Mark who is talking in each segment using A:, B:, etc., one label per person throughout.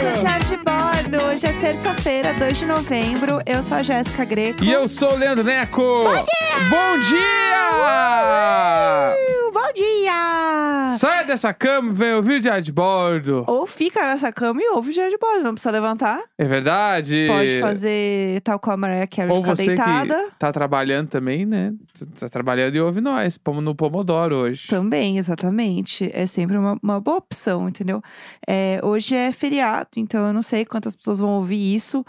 A: um é terça-feira, 2 de novembro. Eu sou a Jéssica Greco.
B: E eu sou o Leandro Neco! Bom dia! Bom dia!
A: Uh, Bom dia!
B: Sai dessa cama e vem ouvir o Diário de Bordo.
A: Ou fica nessa cama e ouve o dia de bola. Não precisa levantar.
B: É verdade?
A: Pode fazer tal qual a Mariah Carey,
B: Ou
A: ficar
B: você
A: deitada.
B: que tá trabalhando também, né? Tá- Tá trabalhando e ouve nós. Pomos no Pomodoro hoje.
A: Também, exatamente. É sempre uma, uma boa opção, entendeu? É, hoje é feriado, então eu não sei quantas pessoas vão ouvir isso.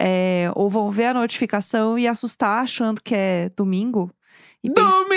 A: é, ou vão ver a notificação e assustar achando que é domingo. E pensar-
B: Domingo!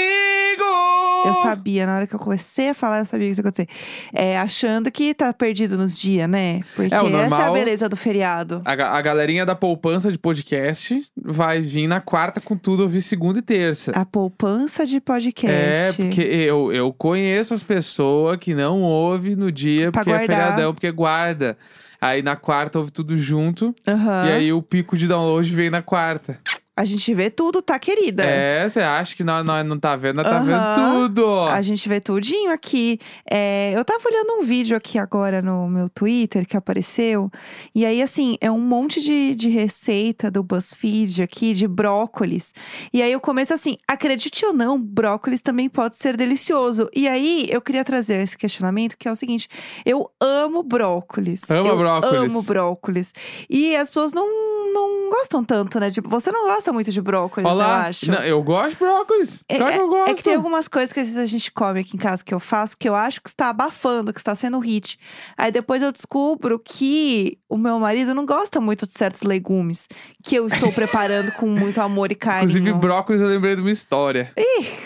A: Eu sabia, na hora que eu comecei a falar, eu sabia que isso ia acontecer. É, achando que tá perdido nos dias, né? Porque
B: É, o
A: essa é a
B: normal-
A: beleza do feriado.
B: A, ga- a galerinha da poupança de podcast vai vir na quarta com tudo ouvir segunda e terça.
A: A poupança de
B: É,
A: podcast.
B: porque eu, eu conheço as pessoas que não ouvem no dia
A: Pra
B: porque é
A: guardar.
B: feriadão, porque guarda. Aí na quarta ouve tudo junto.
A: Aham.
B: E aí o pico de download vem na quarta.
A: A gente vê tudo, tá, querida?
B: É, você acha que nós, nós não tá vendo? Nós tá
A: Aham.
B: vendo tudo!
A: A gente vê tudinho aqui. É, eu tava olhando um vídeo aqui agora no meu Twitter que apareceu. E aí, assim, é um monte de, de receita do BuzzFeed aqui, de brócolis. E aí eu começo assim: acredite ou não, brócolis também pode ser delicioso. E aí eu queria trazer esse questionamento que é o seguinte: eu amo brócolis.
B: Ama
A: eu
B: brócolis.
A: Amo brócolis. E as pessoas não, não gostam tanto, né? Tipo, você não gosta muito de brócolis, né, eu
B: Olá,
A: acho.
B: não, eu gosto de brócolis.
A: É-
B: claro que eu gosto.
A: É que tem algumas coisas que às vezes a gente come aqui em casa que eu faço que eu acho que está abafando, que está sendo hit. Aí depois eu descubro que o meu marido não gosta muito de certos legumes que eu estou preparando com muito amor e carinho.
B: Inclusive, brócolis eu lembrei de uma história.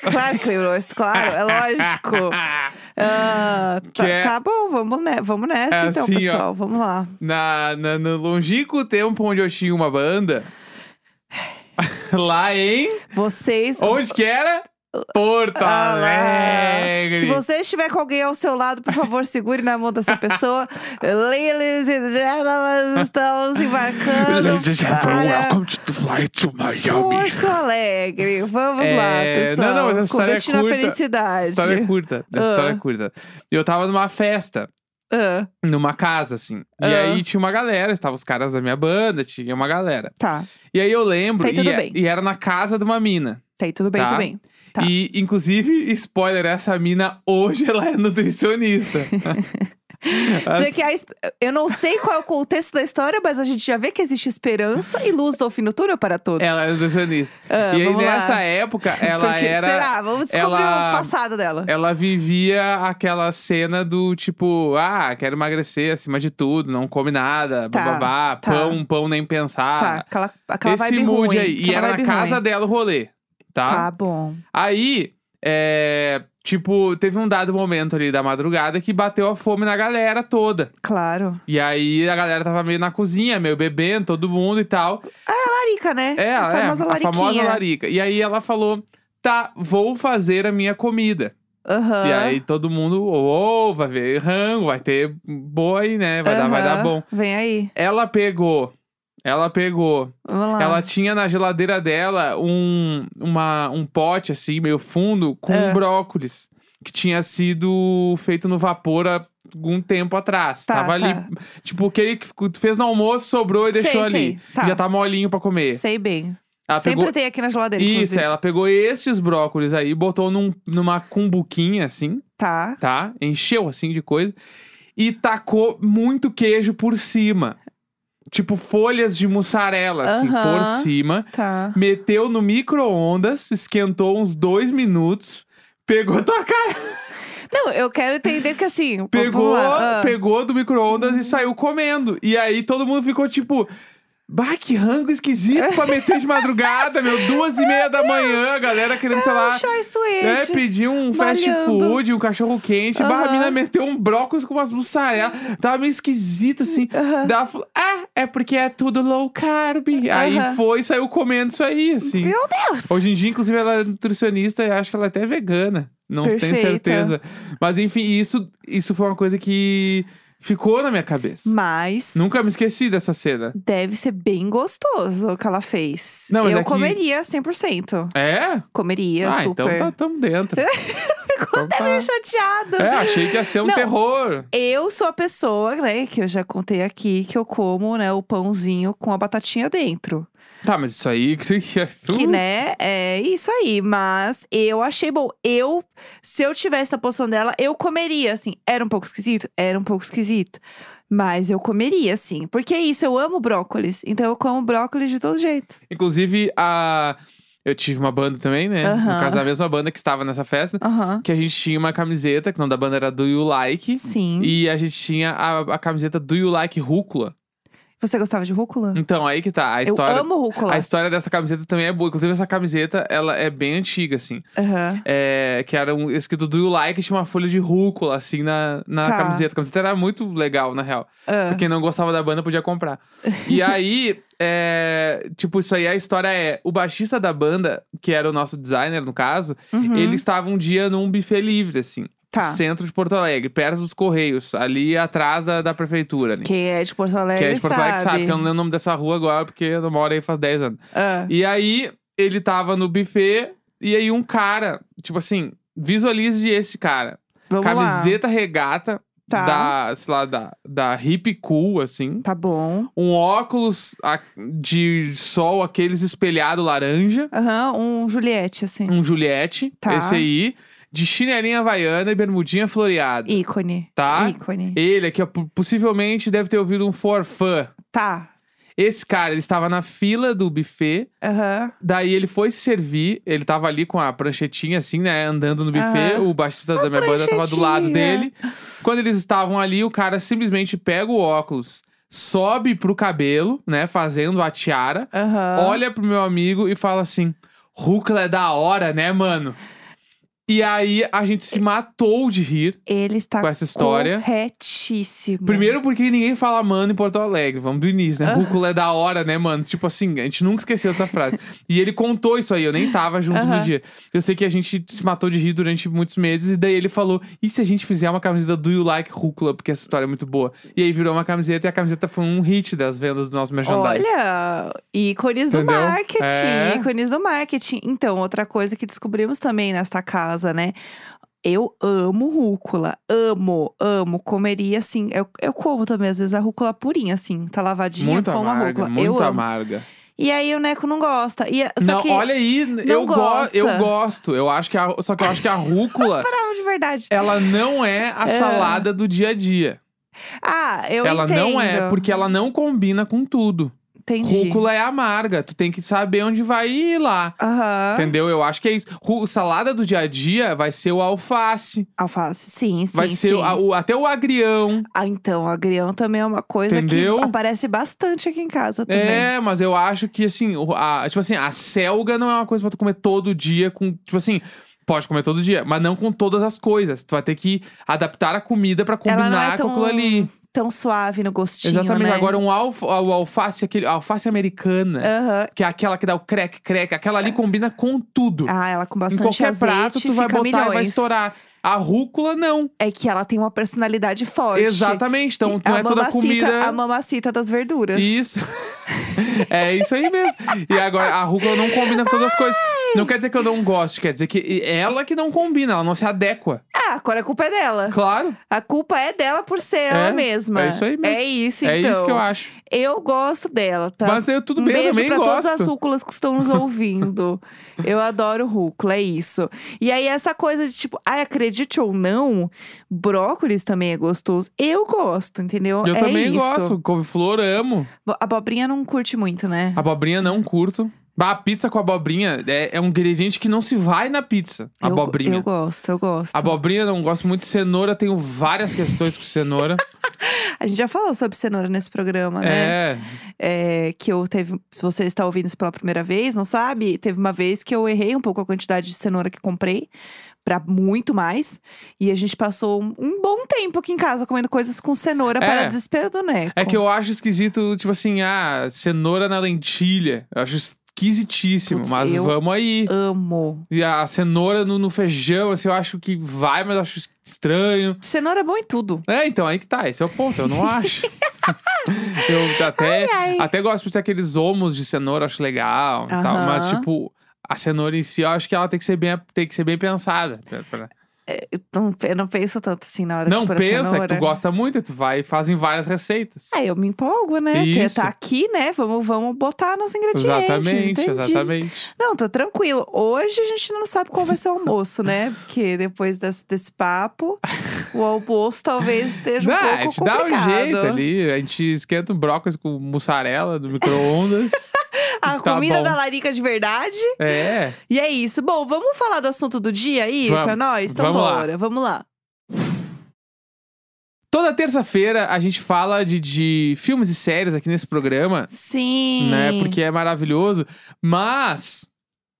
A: Claro que lembrou isso, claro, é lógico. Ah, tá,
B: Que é-
A: tá bom, vamos, ne- vamos nessa
B: É
A: então,
B: assim, ó.
A: pessoal. Vamos lá.
B: na, na- no longínquo tempo onde eu tinha uma banda. Lá em.
A: Vocês.
B: Onde que era? Porto
A: Ah, lá.
B: Alegre.
A: Se você estiver com alguém ao seu lado, por favor, segure na mão dessa pessoa. Ladies and gentlemen, estamos embarcando para
B: to fly to Miami.
A: Porto Alegre. Vamos
B: É,
A: lá, pessoal.
B: não, não, mas essa
A: com
B: história é
A: destino à
B: curta.
A: felicidade.
B: História é curta.
A: Ah.
B: História curta. Eu tava numa festa.
A: Ah,
B: Numa casa, assim. E
A: Ah.
B: aí tinha uma galera, estavam os caras da minha banda, tinha uma galera.
A: tá,
B: E aí eu lembro,
A: Tá, e tudo
B: e, é,
A: bem.
B: e era na casa de uma mina.
A: tá aí, tudo bem,
B: Tá.
A: tudo bem. Tá.
B: E, inclusive, spoiler, essa mina hoje ela é nutricionista.
A: Você que a es- Eu não sei qual é o contexto da história, mas a gente já vê que existe esperança e luz do fim do túnel para todos.
B: Ela é nutricionista.
A: Ah,
B: e aí,
A: vamos lá.
B: nessa época, ela
A: Porque,
B: era.
A: Será? Vamos descobrir
B: ela-
A: o passado dela.
B: Ela vivia aquela cena do tipo, ah, quero emagrecer acima de tudo, não come nada,
A: Tá,
B: bababá,
A: tá.
B: pão, pão nem
A: Tá,
B: pensar.
A: aquela, aquela
B: Esse
A: vibe
B: Ah, mood
A: ruim,
B: aí. E
A: aquela
B: era na
A: vibe
B: casa
A: ruim.
B: dela o rolê,
A: Tá bom.
B: Aí, é, tipo, teve um dado momento ali da madrugada que bateu a fome na galera toda.
A: Claro.
B: E aí a galera tava meio na cozinha, meio bebendo, todo mundo e tal.
A: Larica, né?
B: É,
A: a
B: é,
A: famosa
B: a
A: lariquinha.
B: famosa larica. E aí ela falou: tá, vou fazer a minha comida.
A: Aham.
B: E aí todo mundo, ô, vai ver rango, vai ter boi, né? Vai, dar, vai dar
A: aham.
B: bom.
A: Vem aí.
B: Ela pegou. Ela pegou.
A: Vamos lá.
B: Ela tinha na geladeira dela um, uma, um pote, assim, meio fundo, com
A: Ah.
B: brócolis. Que tinha sido feito no vapor há algum tempo atrás.
A: Tá,
B: Tava
A: tá.
B: ali. Tipo, aquele que ficou- tu fez no almoço, sobrou e
A: Sei,
B: deixou
A: sei,
B: ali.
A: tá.
B: Já tá molinho pra comer.
A: Sei bem.
B: Ela
A: Sempre
B: pegou.
A: tem aqui na geladeira,
B: Isso,
A: inclusive.
B: ela pegou esses brócolis aí, botou num, numa cumbuquinha, assim,
A: Tá.
B: tá? Encheu assim de coisa. E tacou muito queijo por cima. Tipo, folhas de mussarela, assim, por
A: Aham.
B: cima.
A: Tá.
B: Meteu no micro-ondas, esquentou uns dois minutos, pegou tua cara,
A: Não, eu quero entender que assim.
B: pegou,
A: Vamos lá. ah, Uhum.
B: pegou do micro-ondas e saiu comendo. E aí todo mundo ficou tipo. Bah, que rango esquisito pra meter de madrugada, meu. Duas e meia da manhã, a galera querendo, sei lá,
A: Achar isso tipo,
B: é,
A: ele.
B: pedir um fast
A: malhando.
B: food, um cachorro quente. Bah,
A: Aham.
B: a mina meteu um brócolis com umas mussarela. Tava meio esquisito, assim.
A: Aham.
B: Daí ela falou, ah, é porque é tudo low carb.
A: Aham.
B: Aí foi, saiu comendo isso aí, assim.
A: Meu Deus!
B: Hoje em dia, inclusive, ela é nutricionista e acho que ela é até vegana. Não
A: Perfeita.
B: tenho certeza. Mas enfim, isso, isso foi uma coisa que ficou na minha cabeça.
A: Mas
B: Nunca me esqueci dessa cena.
A: deve ser bem gostoso o que ela fez.
B: Não, mas
A: eu
B: é que-
A: comeria 100%.
B: É?
A: Comeria,
B: ah,
A: super.
B: então tá tamo dentro.
A: ficou até
B: tá.
A: meio chateado.
B: É, achei que ia ser um
A: Não.
B: terror.
A: Eu sou a pessoa, né, que eu já contei aqui, que eu como, né, o pãozinho com a batatinha dentro.
B: Tá, mas isso aí. Que,
A: Que, né, é isso aí. Mas eu achei bom. Eu, se eu tivesse na posição dela, eu comeria, assim. Era um pouco esquisito? Era um pouco esquisito. Mas eu comeria, assim. Porque é isso, eu amo brócolis. Então eu como brócolis de todo jeito.
B: Inclusive, a. Eu tive uma banda também, né? No
A: Aham.
B: caso, a mesma banda que estava nessa festa.
A: Aham.
B: Que a gente tinha uma camiseta, que o nome da banda era Do You Like.
A: Sim.
B: E a gente tinha a, a camiseta Do You Like Rúcula.
A: Você gostava de rúcula?
B: Então, aí que tá. A história.
A: Eu amo rúcula.
B: A história dessa camiseta também é boa. Inclusive, essa camiseta, ela é bem antiga, assim.
A: Aham.
B: É, que era um escrito do You Like, tinha uma folha de rúcula, assim, na, na
A: Tá.
B: camiseta. A camiseta era muito legal, na real.
A: Ah.
B: Pra quem não gostava da banda, podia comprar. E aí, é, tipo, isso aí, a história é... O baixista da banda, que era o nosso designer, no caso...
A: Uhum.
B: Ele estava um dia num buffet livre, assim.
A: Tá.
B: Centro de Porto Alegre, perto dos Correios. Ali atrás da, da prefeitura, né?
A: Quem é de Porto Alegre
B: Que é de Porto
A: sabe.
B: Alegre, sabe? Que eu não lembro o nome dessa rua agora, porque eu não moro aí faz 10 anos.
A: Ah.
B: E aí, ele tava no buffet, e aí um cara, tipo assim, visualize esse cara.
A: Vamos
B: camiseta regata,
A: lá. Tá.
B: da, sei lá, da, da hip cool, assim.
A: Tá bom.
B: Um óculos a- de sol, aqueles espelhado laranja.
A: Aham, um Juliette, assim.
B: Um Juliette,
A: Tá.
B: esse aí. De chinelinha havaiana e bermudinha floreada.
A: Ícone.
B: Tá.
A: Ícone.
B: Ele aqui, ó, po- possivelmente deve ter ouvido um forfã.
A: Tá.
B: Esse cara, ele estava na fila do buffet.
A: Aham.
B: Daí ele foi se servir, ele tava ali com a pranchetinha assim, né, andando no buffet,
A: Aham.
B: o baixista da minha banda tava do lado
A: pranchetinha.
B: dele. Quando eles estavam ali, o cara simplesmente pega o óculos, sobe pro cabelo, né, fazendo a tiara,
A: Aham.
B: olha pro meu amigo e fala assim: "Rúcula é da hora, né, mano?" E aí a gente se matou de rir.
A: Ele está
B: com essa história.
A: corretíssimo.
B: Primeiro porque ninguém fala mano em Porto Alegre, vamos do início, né?
A: Aham.
B: Rúcula é da hora, né, mano? Tipo assim, a gente nunca esqueceu dessa frase. E ele contou isso aí, eu nem tava junto
A: Aham.
B: no dia. Eu sei que a gente se matou de rir durante muitos meses, e daí ele falou: e se a gente fizer uma camiseta do You Like Rúcula, porque essa história é muito boa. E aí virou uma camiseta e a camiseta foi um hit das vendas do nosso merchandising.
A: Olha, ícones do
B: Entendeu?
A: marketing,
B: É.
A: ícones do marketing. Então, outra coisa que descobrimos também nesta casa, né? Eu amo rúcula, amo, amo. Comeria assim, eu, eu como também às vezes a rúcula purinha, assim, tá lavadinha,
B: muito
A: como a
B: amarga,
A: rúcula.
B: muito
A: eu amo.
B: amarga.
A: E aí o Neco não gosta. E, só
B: não,
A: que
B: olha aí, eu, go-
A: gosta.
B: eu gosto. Eu acho que a- só que eu acho que a rúcula,
A: parava de verdade.
B: ela não é a salada do dia a dia.
A: Ah, eu
B: ela
A: entendo.
B: não é, porque ela não combina com tudo.
A: Entendi.
B: Rúcula é amarga, tu tem que saber onde vai ir lá.
A: Aham.
B: Entendeu? Eu acho que é isso. Ru- salada do dia a dia vai ser o alface,
A: Alface, sim, sim.
B: vai ser
A: sim.
B: o- a- o- até o agrião.
A: Ah, então, agrião também é uma coisa
B: Entendeu?
A: que aparece bastante aqui em casa também.
B: É, mas eu acho que assim, o- a, tipo assim, a selga não é uma coisa pra tu comer todo dia com, tipo assim, pode comer todo dia, mas não com todas as coisas. Tu vai ter que adaptar a comida pra
A: Ela não é
B: combinar com aquilo
A: tão
B: ali.
A: Tão suave no gostinho,
B: Exatamente.
A: né?
B: Agora um alfa, o alface, aquele a alface americana.
A: Aham.
B: Que é aquela que dá o crack, crack. Aquela ali combina com tudo.
A: Ah, ela com
B: em
A: bastante
B: qualquer
A: azeite
B: prato, tu vai
A: fica
B: botar e vai
A: milhões.
B: estourar. A rúcula, não.
A: É que ela tem uma personalidade forte.
B: Exatamente. Então, tu
A: a
B: é toda
A: mamacita,
B: comida.
A: A mamacita das verduras.
B: Isso. é isso aí mesmo. E agora, a rúcula não combina com todas as coisas. Não quer dizer que eu não gosto, quer dizer que ela que não combina, ela não se adequa.
A: Ah, agora a culpa é dela.
B: Claro,
A: A culpa é dela por ser
B: É,
A: ela mesma.
B: é isso aí mesmo.
A: É isso,
B: é
A: então.
B: isso que eu acho.
A: Eu gosto dela, tá?
B: Mas eu tudo
A: um
B: bem,
A: beijo
B: eu também
A: pra
B: gosto.
A: todas as rúculas que estão nos ouvindo. eu adoro rúcula, é isso. E aí, essa coisa de tipo, ai, acredite ou não, brócolis também é gostoso. Eu gosto, entendeu?
B: Eu
A: é
B: também
A: isso.
B: gosto. Couve-flor, amo.
A: Bo- A abobrinha não curte muito, né?
B: Abobrinha não curto. Bah, a pizza com abobrinha é, é um ingrediente que não se vai na pizza.
A: Eu-
B: abobrinha.
A: Eu, gosto, eu gosto.
B: Abobrinha não gosto muito. Cenoura, tenho várias questões com cenoura.
A: A gente já falou sobre cenoura nesse programa, né?
B: é.
A: É, que eu teve. Se você está ouvindo isso pela primeira vez, não sabe? Teve uma vez que eu errei um pouco a quantidade de cenoura que comprei. Pra muito mais. E a gente passou um, um bom tempo aqui em casa comendo coisas com cenoura
B: É.
A: para desespero do Neco.
B: É que eu acho esquisito, tipo assim, ah, cenoura na lentilha. Eu acho esquisitíssimo,
A: Putz,
B: mas
A: eu-
B: vamos aí.
A: Amo.
B: E a cenoura no, no feijão, assim, eu acho que vai, mas eu acho estranho.
A: Cenoura é bom em tudo.
B: É, então, aí que tá, esse é o ponto, eu não acho. eu até,
A: Ai, ai.
B: até gosto de ter aqueles omos de cenoura, acho legal e tal,
A: Aham.
B: mas tipo, a cenoura em si, eu acho que ela tem que ser bem, tem que ser bem pensada. pra- pra-
A: eu não, eu não penso tanto assim na hora
B: Não
A: de pôr a
B: pensa, é
A: cenoura.
B: que tu gosta muito, e tu vai e fazem várias receitas.
A: Ah, eu me empolgo, né? Porque
B: Isso.
A: Tá aqui, né? Vamos, vamos botar nos ingredientes.
B: exatamente,
A: entendi.
B: exatamente.
A: Não, tá tranquilo. Hoje a gente não sabe qual vai ser o almoço, né? Porque depois desse, desse papo, o almoço talvez esteja um
B: Não, a
A: pouco
B: gente dá um
A: complicado.
B: jeito ali, a gente esquenta um brócolis com mussarela no micro-ondas.
A: A
B: Tá
A: comida
B: bom.
A: da Larica de verdade.
B: é.
A: E é isso. Bom, vamos falar do assunto do dia aí
B: Vamos.
A: pra nós? Então
B: Vamos lá.
A: bora, vamos lá.
B: Toda terça-feira a gente fala de, de filmes e séries aqui nesse programa,
A: Sim.
B: né? Porque é maravilhoso. Mas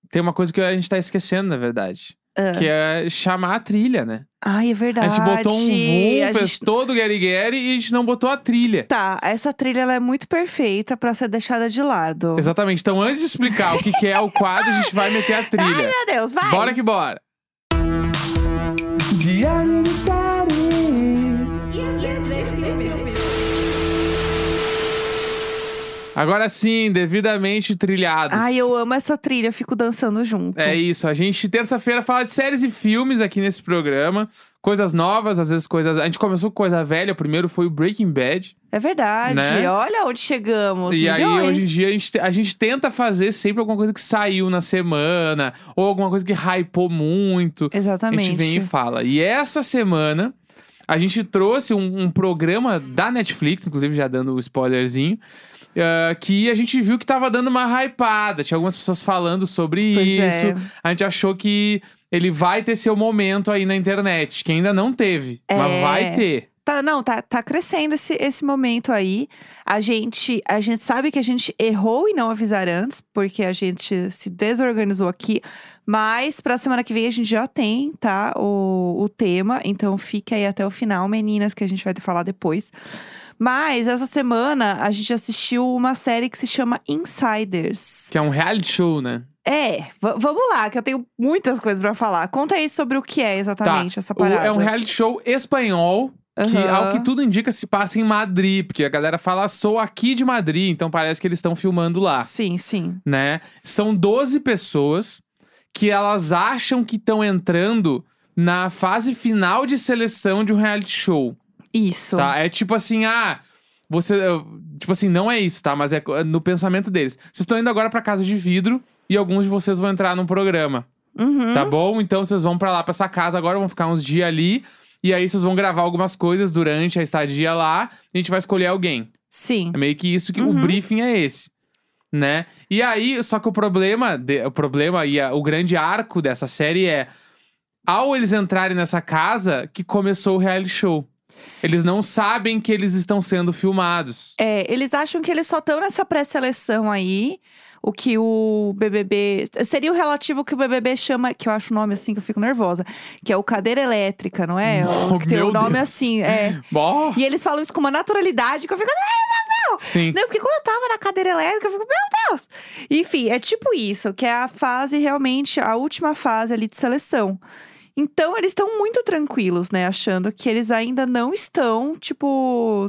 B: tem uma coisa que a gente tá esquecendo, na verdade.
A: Ah.
B: Que é chamar a trilha, né?
A: Ai, é
B: A
A: verdade.
B: gente botou um
A: A
B: boom,
A: gente-
B: fez todo o Gary Gary e a gente não botou a trilha.
A: Tá, essa trilha ela é muito perfeita pra ser deixada de lado.
B: Exatamente. Então, antes de explicar o que, que é o quadro, a gente vai meter a
A: Ai,
B: trilha.
A: meu Deus, vai.
B: Bora que bora! Agora sim, devidamente trilhados.
A: Ai, eu amo essa trilha, eu fico dançando junto.
B: É isso, a gente terça-feira fala de séries e filmes aqui nesse programa. Coisas novas, às vezes coisas. A gente começou com coisa velha, o primeiro foi o Breaking Bad.
A: É verdade.
B: Né?
A: Olha onde chegamos.
B: e aí,
A: milhões.
B: hoje em dia, a gente, te- a gente tenta fazer sempre alguma coisa que saiu na semana, ou alguma coisa que hypou muito.
A: Exatamente.
B: A gente vem e fala. E essa semana a gente trouxe um, um programa da Netflix, inclusive já dando o spoilerzinho, ah, que a gente viu que tava dando uma hypada. Tinha algumas pessoas falando sobre
A: Pois
B: isso.
A: é.
B: A gente achou que ele vai ter seu momento aí na internet, que ainda não teve,
A: É.
B: mas vai ter.
A: Tá, não, tá, tá crescendo esse, esse momento aí. A gente, a gente sabe que a gente errou em não avisar antes, porque a gente se desorganizou aqui. Mas pra semana que vem a gente já tem, tá? O, o tema. Então fique aí até o final, meninas, que a gente vai falar depois. Mas essa semana a gente assistiu uma série que se chama Insiders.
B: Que é um reality show, né?
A: É, va- vamos lá, que eu tenho muitas coisas pra falar. Conta aí sobre o que é exatamente essa
B: O-
A: parada.
B: é um reality show espanhol. Que,
A: Aham.
B: ao que tudo indica, se passa em Madrid, porque a galera fala, "Ah, sou aqui de Madrid, então parece que eles estão filmando lá.
A: Sim, sim.
B: né? São 12 pessoas que elas acham que estão entrando na fase final de seleção de um reality show,
A: Isso.
B: tá? É tipo assim, ah, você, eu- tipo assim, não é isso, tá? Mas é co- no pensamento deles. Vocês estão indo agora pra casa de vidro e alguns de vocês vão entrar num programa,
A: Uhum.
B: tá bom? Então vocês vão pra lá pra essa casa agora, vão ficar uns dias ali e aí vocês vão gravar algumas coisas durante a estadia lá, e a gente vai escolher alguém.
A: Sim.
B: É meio que isso que
A: Uhum.
B: o briefing é esse, né? E aí, só que o problema, de- o problema e a- o grande arco dessa série é ao eles entrarem nessa casa que começou o reality show. Eles não sabem que eles estão sendo filmados.
A: É, eles acham que eles só estão nessa pré-seleção aí. O que o BBB. Seria o relativo que o BBB chama, que eu acho o nome assim que eu fico nervosa, que é o cadeira elétrica, não é?
B: Não,
A: o que tem o
B: meu
A: nome
B: Deus.
A: assim, é.
B: Bom,
A: E eles falam isso com uma naturalidade que eu fico assim.
B: sim.
A: Não, né? porque quando eu tava na cadeira elétrica, eu fico, meu Deus! Enfim, é tipo isso, que é a fase realmente, a última fase ali de seleção. Então, eles estão muito tranquilos, né? Achando que eles ainda não estão, tipo,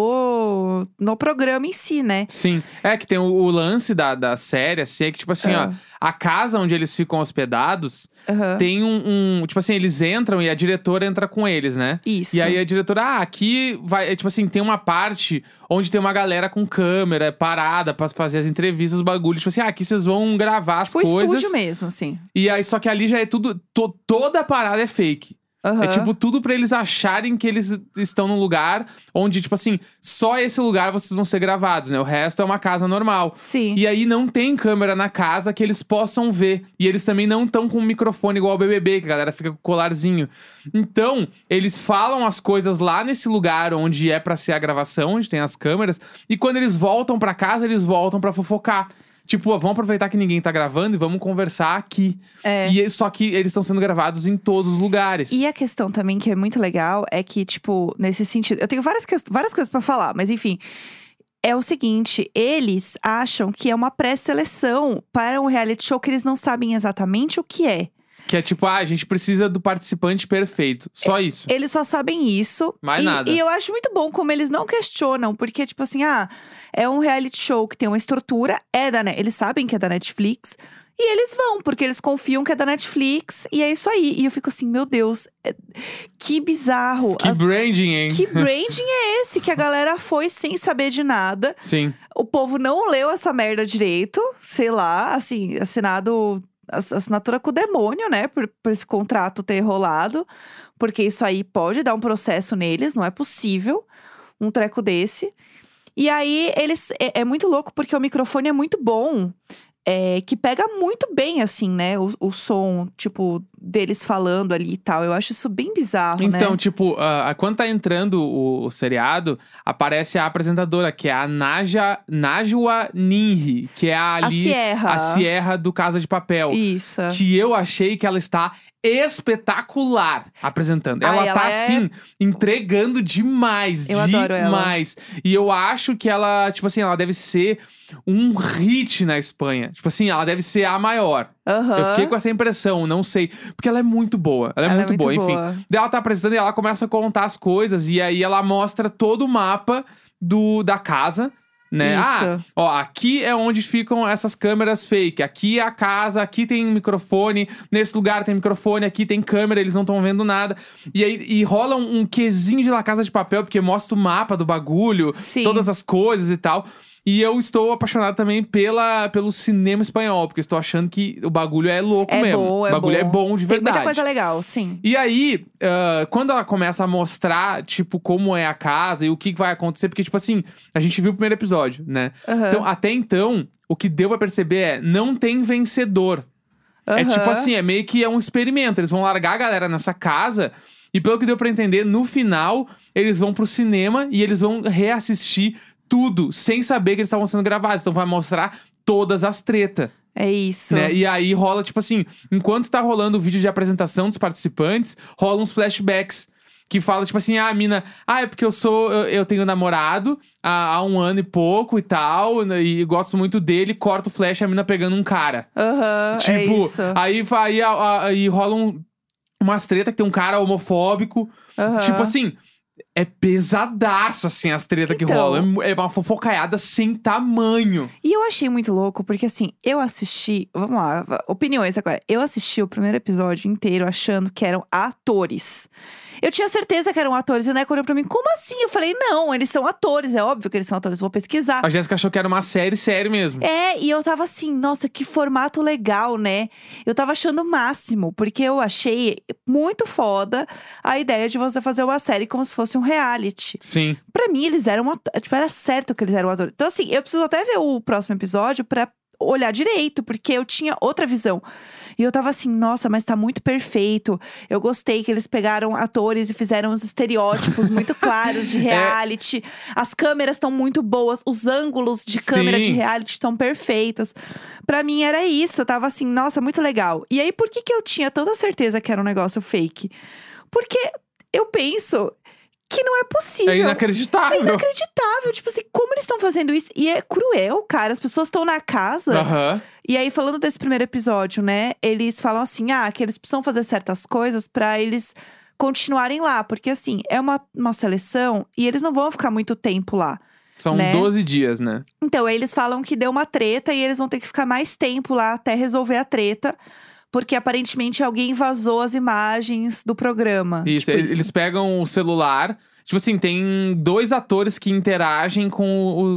A: no, no programa em si, né?
B: Sim. É que tem o, o lance da, da série, assim, é que, tipo assim,
A: Ah.
B: ó, a casa onde eles ficam hospedados
A: Aham.
B: tem um, um. Tipo assim, eles entram e a diretora entra com eles, né?
A: Isso.
B: E aí a diretora, ah, aqui vai. é, tipo assim, tem uma parte onde tem uma galera com câmera é parada pra fazer as entrevistas, os bagulhos. Tipo assim, ah, aqui vocês vão gravar as
A: Tipo, o
B: coisas.
A: estúdio mesmo, assim.
B: E aí, só que ali já é tudo. to- toda a parada é fake.
A: Aham.
B: É tipo tudo pra eles acharem que eles estão num lugar onde, tipo assim, só esse lugar vocês vão ser gravados, né? O resto é uma casa normal.
A: Sim.
B: E aí não tem câmera na casa que eles possam ver. E eles também não estão com um microfone igual ao BBB, que a galera fica com o colarzinho. Então, eles falam as coisas lá nesse lugar onde é pra ser a gravação, onde tem as câmeras. E quando eles voltam pra casa, eles voltam pra fofocar. Tipo, ó, vamos aproveitar que ninguém tá gravando e vamos conversar aqui.
A: É.
B: E é- só que eles estão sendo gravados em todos os lugares.
A: E a questão também que é muito legal é que, tipo, nesse sentido. Eu tenho várias, ques- várias coisas pra falar, mas enfim. É o seguinte, eles acham que é uma pré-seleção para um reality show que eles não sabem exatamente o que é.
B: Que é tipo, ah, a gente precisa do participante perfeito. Só
A: É,
B: isso.
A: Eles só sabem isso.
B: Mais
A: e,
B: nada.
A: e eu acho muito bom como eles não questionam, porque, tipo assim, ah, é um reality show que tem uma estrutura, é da. Net- Eles sabem que é da Netflix. E eles vão, porque eles confiam que é da Netflix e é isso aí. E eu fico assim, meu Deus, é- que bizarro.
B: Que
A: é, As-
B: branding, hein?
A: que branding é esse que a galera foi sem saber de nada?
B: Sim.
A: O povo não leu essa merda direito, sei lá, assim, assinado ass- assinatura com o demônio, né, por, por esse contrato ter rolado, porque isso aí pode dar um processo neles, não é possível um treco desse. E aí eles é, é muito louco porque o microfone é muito bom. é, que pega muito bem, assim, né? O, o som, tipo, deles falando ali e tal. Eu acho isso bem bizarro, né?
B: Então, tipo, ah, quando tá entrando o, o seriado, aparece a apresentadora, que é a Naja, Najwa Ninri, que é a
A: a
B: ali,
A: Sierra.
B: a Sierra do Casa de Papel.
A: Isso.
B: Que eu achei que ela está espetacular apresentando. Ela,
A: Ai, ela
B: tá,
A: é-
B: assim, entregando demais.
A: Eu
B: demais.
A: adoro ela.
B: E eu acho que ela, tipo assim, ela deve ser um hit na Espanha. Tipo assim, ela deve ser a maior.
A: Aham.
B: Eu fiquei com essa impressão, não sei. Porque ela é muito boa. Ela é, muito, boa, enfim. Daí ela tá apresentando e ela começa a contar as coisas. E aí ela mostra todo o mapa do, da casa. Né? Ah,
A: Isso.
B: ó, aqui é onde ficam essas câmeras fake. Aqui é a casa, aqui tem microfone, nesse lugar tem microfone, aqui tem câmera, eles não estão vendo nada. E aí e rola um, um quesinho de La Casa de Papel, porque mostra o mapa do bagulho,
A: Sim.
B: todas as coisas e tal. E eu estou apaixonado também pela, pelo cinema espanhol, porque eu estou achando que o bagulho é louco
A: É
B: mesmo.
A: bom, é
B: o bagulho
A: bom.
B: é bom de
A: Tem
B: verdade.
A: muita coisa legal, sim.
B: E aí, ah, quando ela começa a mostrar, tipo, como é a casa e o que vai acontecer, porque, tipo assim, a gente viu o primeiro episódio, né?
A: Aham,
B: Então, até então, o que deu pra perceber é, não tem vencedor. É
A: aham.
B: tipo assim, é meio que é um experimento. Eles vão largar a galera nessa casa e, pelo que deu pra entender, no final, eles vão pro cinema e eles vão reassistir tudo, sem saber que eles estavam sendo gravados. Então, vai mostrar todas as tretas
A: É isso.
B: né? E aí rola, tipo assim, enquanto tá rolando o vídeo de apresentação dos participantes, rola uns flashbacks. Que fala, tipo assim, ah, a mina, ah, é porque eu sou, eu, eu tenho namorado há, há um ano e pouco e tal, né, e gosto muito dele, corta o flash, a mina pegando um cara.
A: Aham, é
B: tipo,
A: isso.
B: aí, vai- aí, a- a- aí rola um, umas treta que tem um cara homofóbico.
A: Aham.
B: Tipo assim, é pesadaço, assim, as treta que
A: Então.
B: rola. É mu- É, uma fofocaiada sem tamanho.
A: E eu achei muito louco, porque assim, eu assisti. Vamos lá, va- opiniões agora. Eu assisti o primeiro episódio inteiro achando que eram atores. Eu tinha certeza que eram atores, e o Neco olhou pra mim, como assim? Eu falei, não, eles são atores, é óbvio que eles são atores, vou pesquisar.
B: A Jéssica achou que era uma série série mesmo.
A: Ah. É, e eu tava assim, nossa, que formato legal, né? Eu tava achando o máximo, porque eu achei muito foda a ideia de você fazer uma série como se fosse um reality.
B: Sim.
A: Pra mim, eles eram. ato- Tipo, era certo que eles eram atores. Então, assim, eu preciso até ver o próximo episódio pra olhar direito, porque eu tinha outra visão. E eu tava assim, nossa, mas tá muito perfeito. Eu gostei que eles pegaram atores e fizeram os estereótipos muito claros
B: É.
A: de reality. As câmeras estão muito boas, os ângulos de câmera de
B: Sim.
A: reality estão perfeitas. Pra mim era isso, eu tava assim, nossa, muito legal. E aí, por que que eu tinha tanta certeza que era um negócio fake? Porque eu penso que não é possível.
B: É
A: É
B: inacreditável.
A: inacreditável. Tipo assim, como eles estão fazendo isso? E é cruel, cara. As pessoas estão na casa.
B: Aham.
A: E aí, falando desse primeiro episódio, né? Eles falam assim: ah, que eles precisam fazer certas coisas pra eles continuarem lá. Porque, assim, é uma, uma seleção e eles não vão ficar muito tempo lá.
B: São
A: Né?
B: 12 dias, né?
A: Então, aí eles falam que deu uma treta e eles vão ter que ficar mais tempo lá até resolver a treta. Porque aparentemente alguém vazou as imagens do programa.
B: Isso,
A: Tipo
B: e- eles pegam o celular. Tipo assim, tem dois atores que interagem com,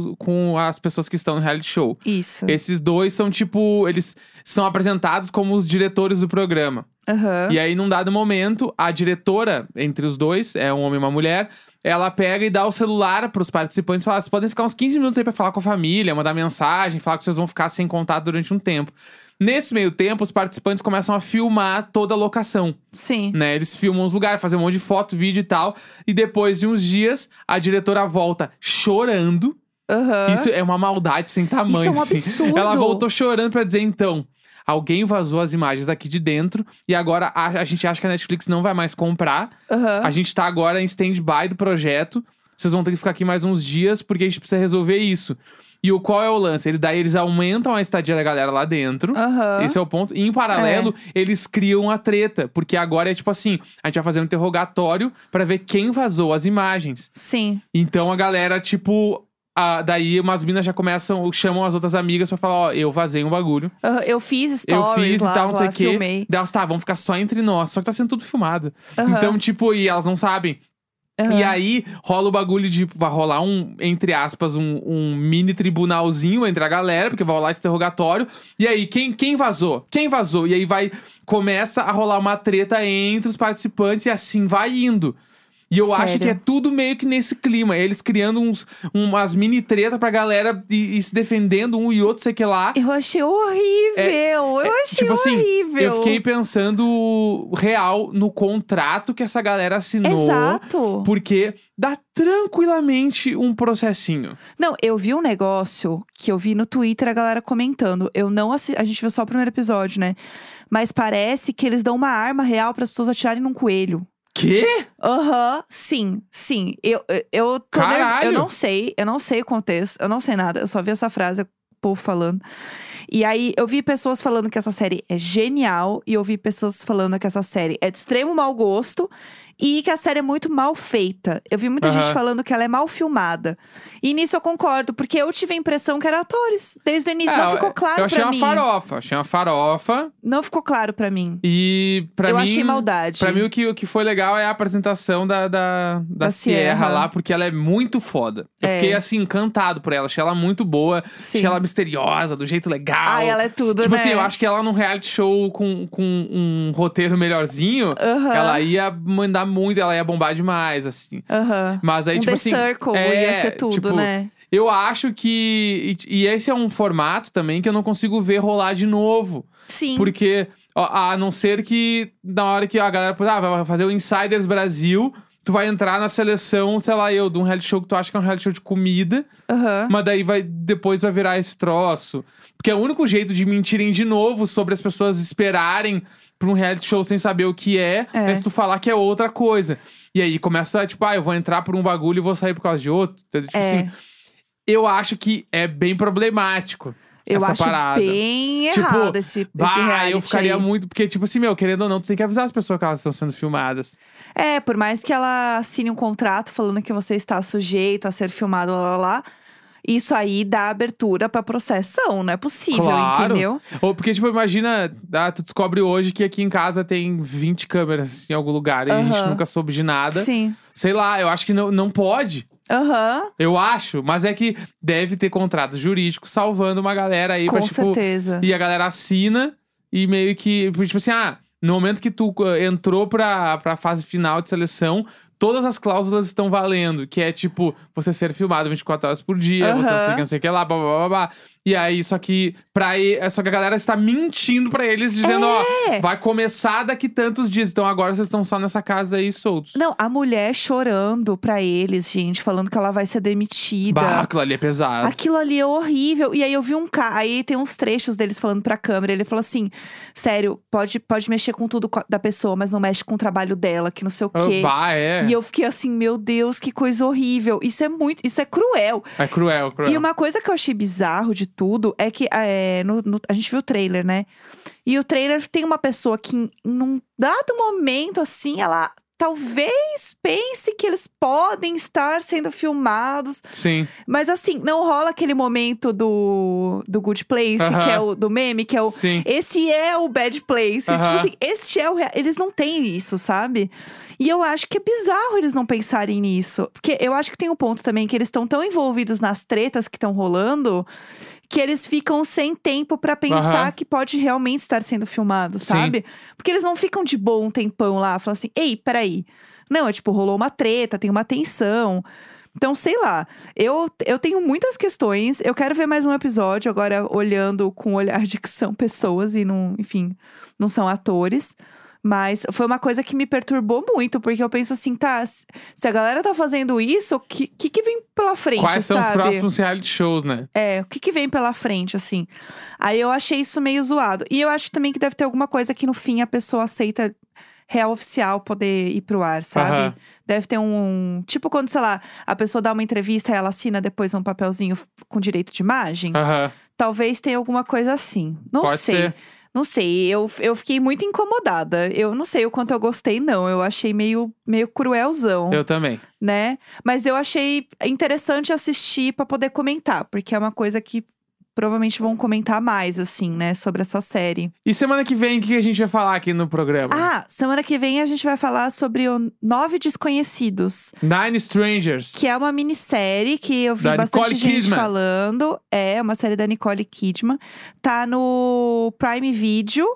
B: o- com as pessoas que estão no reality show.
A: Isso.
B: Esses dois são tipo, eles são apresentados como os diretores do programa.
A: Aham.
B: E aí, num dado momento, a diretora entre os dois, é um homem e uma mulher, ela pega e dá o celular pros participantes e fala: vocês podem ficar uns 15 minutos aí pra falar com a família, mandar mensagem, falar que vocês vão ficar sem contato durante um tempo. Nesse meio tempo, os participantes começam a filmar toda a locação,
A: Sim.
B: né? Eles filmam os lugares, fazem um monte de foto, vídeo e tal. E depois de uns dias, a diretora volta chorando.
A: Aham.
B: Isso é uma maldade sem tamanho.
A: Isso é um
B: assim.
A: absurdo.
B: Ela voltou chorando pra dizer, então, alguém vazou as imagens aqui de dentro e agora a, a gente acha que a Netflix não vai mais comprar.
A: Aham.
B: A gente tá agora em stand-by do projeto. Vocês vão ter que ficar aqui mais uns dias porque a gente precisa resolver isso. E o qual é o lance? Eles, daí eles aumentam a estadia da galera lá dentro.
A: Aham.
B: Esse é o ponto. E em paralelo,
A: É.
B: eles criam a treta. Porque agora é tipo assim: a gente vai fazer um interrogatório pra ver quem vazou as imagens.
A: Sim.
B: Então a galera, tipo, ah, daí umas minas já começam, chamam as outras amigas pra falar, ó, eu vazei um bagulho.
A: Aham, Eu fiz stories
B: eu fiz
A: lá,
B: e tal, não
A: lá,
B: sei o quê.
A: filmei.
B: Daí elas, tá, vamos ficar só entre nós. Só que tá sendo tudo filmado.
A: Aham,
B: Então, tipo, e elas não sabem.
A: aham.
B: E aí rola o bagulho de. Vai rolar um, entre aspas, um, um mini tribunalzinho entre a galera, porque vai rolar esse interrogatório. E aí, quem, quem vazou? Quem vazou? E aí vai. Começa a rolar uma treta entre os participantes e assim vai indo. E eu acho
A: Sério?
B: que é tudo meio que nesse clima. Eles criando uns, umas mini treta pra galera e, e se defendendo um e outro, sei que lá.
A: Eu achei horrível. eu
B: É,
A: achei
B: tipo assim,
A: horrível.
B: Eu fiquei pensando real no contrato que essa galera assinou.
A: Exato.
B: Porque dá tranquilamente um processinho.
A: Não, eu vi um negócio que eu vi no Twitter a galera comentando. Eu não assisti, a gente viu só o primeiro episódio, né? Mas parece que eles dão uma arma real para as pessoas atirarem num coelho.
B: Quê?
A: Aham, sim, sim. Eu, eu- eu tô nerv-
B: Caralho!
A: Eu não sei, eu não sei o contexto, eu não sei nada. Eu só vi essa frase, o povo falando. E aí eu vi pessoas falando que essa série é genial, e eu vi pessoas falando que essa série é de extremo mau gosto e que a série é muito mal feita. Eu vi muita gente
B: Aham.
A: falando que ela é mal filmada. E nisso eu concordo, porque eu tive a impressão que eram atores desde o início.
B: É,
A: não ficou
B: eu
A: claro
B: achei
A: pra
B: uma
A: mim.
B: farofa. Achei uma farofa.
A: Não ficou claro pra mim.
B: E pra
A: eu
B: mim.
A: achei maldade.
B: Pra mim, o que, o que foi legal é a apresentação da, da, da
A: Da
B: Sierra,
A: Sierra.
B: lá, porque ela é muito foda. Eu
A: É.
B: fiquei, assim, encantado por ela. Achei ela muito boa.
A: Sim.
B: Achei ela misteriosa, do jeito legal.
A: Ai, ela é tudo,
B: Tipo
A: né?
B: assim, eu acho que ela num reality show com, com um roteiro melhorzinho,
A: Aham.
B: ela ia mandar muito, ela ia bombar demais, assim.
A: Aham.
B: Mas aí,
A: um
B: tipo
A: The
B: assim.
A: Circle
B: é,
A: ia ser tudo,
B: tipo,
A: né?
B: Eu acho que. E e esse é um formato também que eu não consigo ver rolar de novo.
A: Sim.
B: Porque, ó, a não ser que na hora que a galera. Ah, vai fazer o Insiders Brasil. Tu vai entrar na seleção, sei lá, eu, de um reality show que tu acha que é um reality show de comida,
A: Aham.
B: mas daí vai depois vai virar esse troço. Porque é o único jeito de mentirem de novo sobre as pessoas esperarem pra um reality show sem saber o que é,
A: É.
B: é se tu falar que é outra coisa. E aí começa, a, tipo, ah, eu vou entrar por um bagulho e vou sair por causa de outro. Entendeu? Tipo
A: É.
B: assim, eu acho que é bem problemático.
A: Eu
B: essa
A: acho
B: parada.
A: bem
B: Tipo,
A: errado esse, esse
B: Bah,
A: reality
B: eu ficaria
A: aí.
B: muito. Porque, tipo assim, meu, querendo ou não, tu tem que avisar as pessoas que elas estão sendo filmadas.
A: É, por mais que ela assine um contrato falando que você está sujeito a ser filmado, lá, lá, lá. Isso aí dá abertura pra processão, não é possível,
B: Claro.
A: entendeu?
B: Ou porque, tipo, imagina, ah, tu descobre hoje que aqui em casa tem 20 câmeras em algum lugar e a gente
A: Aham.
B: nunca soube de nada.
A: Sim.
B: Sei lá, eu acho que não, não pode.
A: Aham,
B: Eu acho. Mas é que deve ter contrato jurídico salvando uma galera aí
A: com
B: pra, tipo.
A: certeza.
B: E a galera assina e meio que. Tipo assim, ah, no momento que tu eh, entrou pra, pra fase final de seleção, todas as cláusulas estão valendo. Que é tipo, você ser filmado 24 horas por dia, você não sei o
A: Aham.
B: que, não sei o que lá, blá, blá, blá, blá. E aí, só que pra e- é Só que a galera está mentindo pra eles, dizendo, ó,
A: É!
B: vai começar daqui tantos dias. Então agora vocês estão só nessa casa aí soltos.
A: Não, a mulher chorando pra eles, gente, falando que ela vai ser demitida.
B: Bah, aquilo ali é pesado.
A: Aquilo ali é horrível. E aí eu vi um cara, aí tem uns trechos deles falando pra câmera. Ele falou assim: sério, pode, pode mexer com tudo co- da pessoa, mas não mexe com o trabalho dela, que não sei o
B: Ah,
A: quê.
B: Bah, é.
A: E eu fiquei assim, meu Deus, que coisa horrível. Isso é muito, isso é cruel.
B: É cruel, cruel.
A: E uma coisa que eu achei bizarro de tudo é que é, no- no- a gente viu o trailer, né? E o trailer tem uma pessoa que, em num dado momento, assim, ela talvez pense que eles podem estar sendo filmados.
B: Sim.
A: Mas assim, não rola aquele momento do, do Good Place,
B: Aham.
A: que é o do meme, que é o.
B: Sim.
A: Esse é o Bad Place. E,
B: Aham.
A: Tipo assim, esse é o. rea- Eles não têm isso, sabe? E eu acho que é bizarro eles não pensarem nisso. Porque eu acho que tem um ponto também que eles estão tão envolvidos nas tretas que estão rolando que eles ficam sem tempo pra pensar
B: Aham.
A: que pode realmente estar sendo filmado,
B: Sim.
A: sabe? Porque eles não ficam de boa um tempão lá, falam assim, ei, peraí. Não, é tipo, rolou uma treta, tem uma tensão. Então, sei lá, eu, eu tenho muitas questões. Eu quero ver mais um episódio, agora olhando com o olhar de que são pessoas e não, enfim, não são atores. Mas foi uma coisa que me perturbou muito, porque eu penso assim, tá, s- se a galera tá fazendo isso, o que, que, que vem pela frente?
B: Quais são os
A: sabe?
B: próximos reality shows, né?
A: É, o que, que vem pela frente, assim. Aí eu achei isso meio zoado. E eu acho também que deve ter alguma coisa que no fim a pessoa aceita real oficial poder ir pro ar, sabe?
B: Aham.
A: Deve ter um. Tipo quando, sei lá, a pessoa dá uma entrevista e ela assina depois um papelzinho f- com direito de imagem.
B: Aham.
A: Talvez tenha alguma coisa assim. Não
B: Ah. Pode
A: sei.
B: ser.
A: Não sei, eu, eu fiquei muito incomodada. Eu não sei o quanto eu gostei, não. Eu achei meio, meio cruelzão,
B: Eu também.
A: né? Mas eu achei interessante assistir pra poder comentar, porque é uma coisa que provavelmente vão comentar mais, assim, né, sobre essa série.
B: E semana que vem, o que a gente vai falar aqui no programa?
A: Ah, semana que vem a gente vai falar sobre o Nove Desconhecidos.
B: Nine Strangers.
A: Que é uma minissérie que eu vi
B: Da
A: bastante
B: Nicole
A: gente
B: Kidman.
A: falando. É uma série da Nicole Kidman. Tá no Prime Video.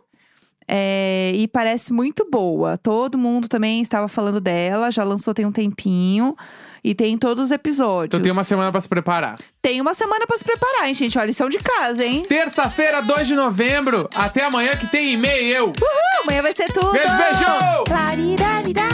A: é, e parece muito boa. Todo mundo também estava falando dela, já lançou tem um tempinho. E tem todos os episódios.
B: Então tem uma semana pra se preparar.
A: Tem uma semana pra se preparar, hein, gente? Olha, lição de casa, hein?
B: Terça-feira, 2 de novembro. Até amanhã que tem e-mail.
A: Amanhã vai ser tudo!
B: Beijo, beijo!
A: Claridade!